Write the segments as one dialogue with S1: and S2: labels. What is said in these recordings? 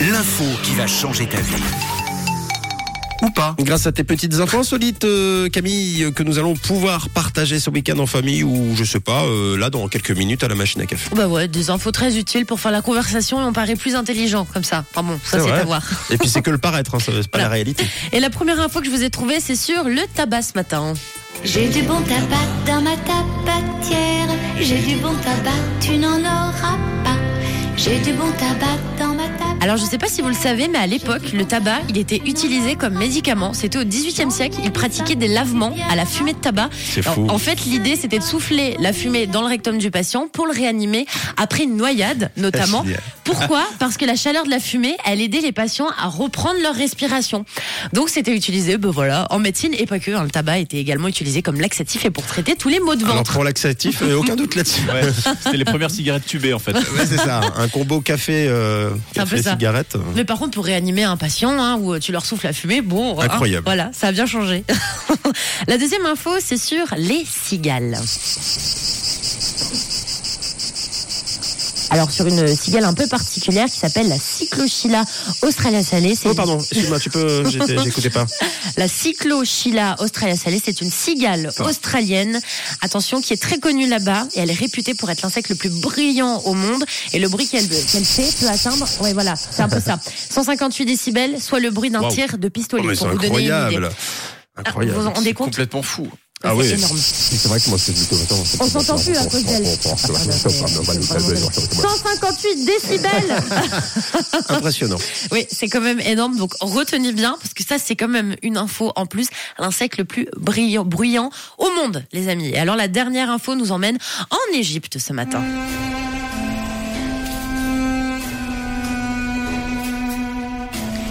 S1: L'info qui va changer ta vie. Ou pas.
S2: Grâce à tes petites infos insolites, euh, Camille, euh, que nous allons pouvoir partager ce week-end en famille ou je sais pas, euh, là dans quelques minutes à la machine à café.
S3: Bah ouais, des infos très utiles pour faire la conversation et on paraît plus intelligent comme ça. Enfin bon, ça c'est à voir.
S2: Et puis c'est que le paraître, hein, ça- c'est pas la réalité.
S3: Et la première info que je vous ai trouvée, c'est sur le tabac ce matin.
S4: J'ai du bon tabac dans ma tabatière. J'ai du bon tabac, tu n'en auras pas. J'ai du bon tabac dans ma tabatière.
S3: Alors je sais pas si vous le savez, mais à l'époque, le tabac, il était utilisé comme médicament. C'était au 18e siècle, il pratiquait des lavements à la fumée de tabac.
S2: C'est
S3: Alors,
S2: fou.
S3: En fait, l'idée, c'était de souffler la fumée dans le rectum du patient pour le réanimer après une noyade, notamment.
S2: génial.
S3: Pourquoi Parce que la chaleur de la fumée, elle aidait les patients à reprendre leur respiration. Donc c'était utilisé, ben voilà, en médecine et pas que. hein. le tabac était également utilisé comme laxatif et pour traiter tous les maux de
S2: Alors
S3: ventre.
S2: pour laxatif, euh, aucun doute là-dessus. Ouais,
S5: Ouais, c'était les premières cigarettes tubées en fait.
S2: c'est ça, un combo café, euh,
S3: C'est un peu
S2: café
S3: ça.
S2: cigarette. Oh,
S3: Mais par contre, pour réanimer un patient hein, où tu leur souffles la fumée, bon, hein,
S2: Incroyable.
S3: voilà, ça a bien changé. la deuxième info, c'est sur les cigales. Alors sur une cigale un peu particulière qui s'appelle la Cyclochila australia salée.
S2: Oh pardon, excuse-moi, tu peux, euh, j'étais- j'écoutais pas.
S3: La Cyclochila australia salée, c'est une cigale australienne. Attention, qui est très connue là-bas et elle est réputée pour être l'insecte le plus brillant au monde. Et le bruit qu'elle qu'elle fait peut atteindre, ouais, voilà, c'est un peu ça. 158 décibels, soit le bruit d'un
S2: Waouh.
S3: tir de pistolet.
S2: Oh, mais c'est
S3: pour vous donner une idée.
S2: incroyable.
S3: Ah, vous vous en
S2: Incroyable.
S3: rendez compte
S5: Complètement fou.
S2: Ah
S3: C'est
S2: oui.
S3: énorme.
S6: C'est vrai que moi, c'est plutôt. attends, c'est
S3: On
S6: plutôt-
S3: s'entend plus hein, Ah, à cause d'elle.
S2: hein,
S3: bah,
S6: Attends,
S3: 158 décibels
S2: Impressionnant.
S3: Oui, c'est quand même énorme. Donc retenez bien, parce que ça, c'est quand même une info en plus. L'insecte le plus brillant, bruyant au monde, les amis. Et alors, la dernière info nous emmène en Égypte ce matin.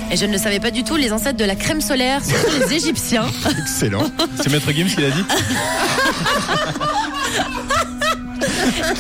S3: Et je ne le savais pas du tout, les ancêtres de la crème solaire, ce sont les Égyptiens.
S2: Excellent.
S5: C'est Maître Gims qui l'a dit.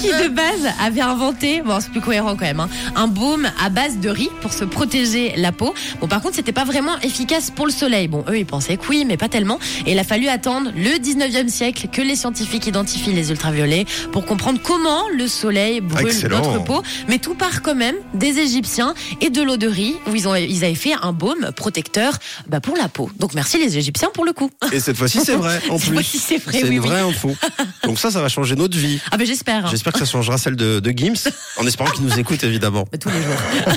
S3: qui de base avait inventé, bon c'est plus cohérent quand même, hein, un baume à base de riz pour se protéger la peau. Bon par contre c'était pas vraiment efficace pour le soleil. Bon eux ils pensaient que oui mais pas tellement. Et il a fallu attendre le 19e siècle que les scientifiques identifient les ultraviolets pour comprendre comment le soleil brûle
S2: Excellent.
S3: notre peau. Mais tout part quand même des Égyptiens et de l'eau de riz où ils, ont, ils avaient fait un baume protecteur bah, pour la peau. Donc merci les Égyptiens pour le coup.
S2: Et cette fois-ci, c'est vrai, en
S3: Cette
S2: plus.
S3: fois-ci, c'est vrai, oui,
S2: une
S3: oui.
S2: vraie info. Donc ça, ça va changer notre vie.
S3: Ah ben j'espère.
S2: J'espère que ça changera celle de, de Gims, en espérant qu'il nous écoute évidemment.
S3: Tous les jours.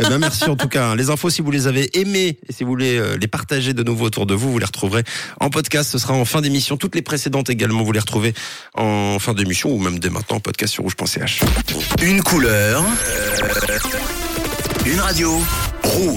S2: Eh ben, merci en tout cas. Les infos, si vous les avez aimées et si vous voulez euh, les partager de nouveau autour de vous, vous les retrouverez en podcast. Ce sera en fin d'émission. Toutes les précédentes également, vous les retrouvez en fin d'émission ou même dès maintenant en podcast sur rouge.ch.
S1: Une couleur. Une radio. Rouge.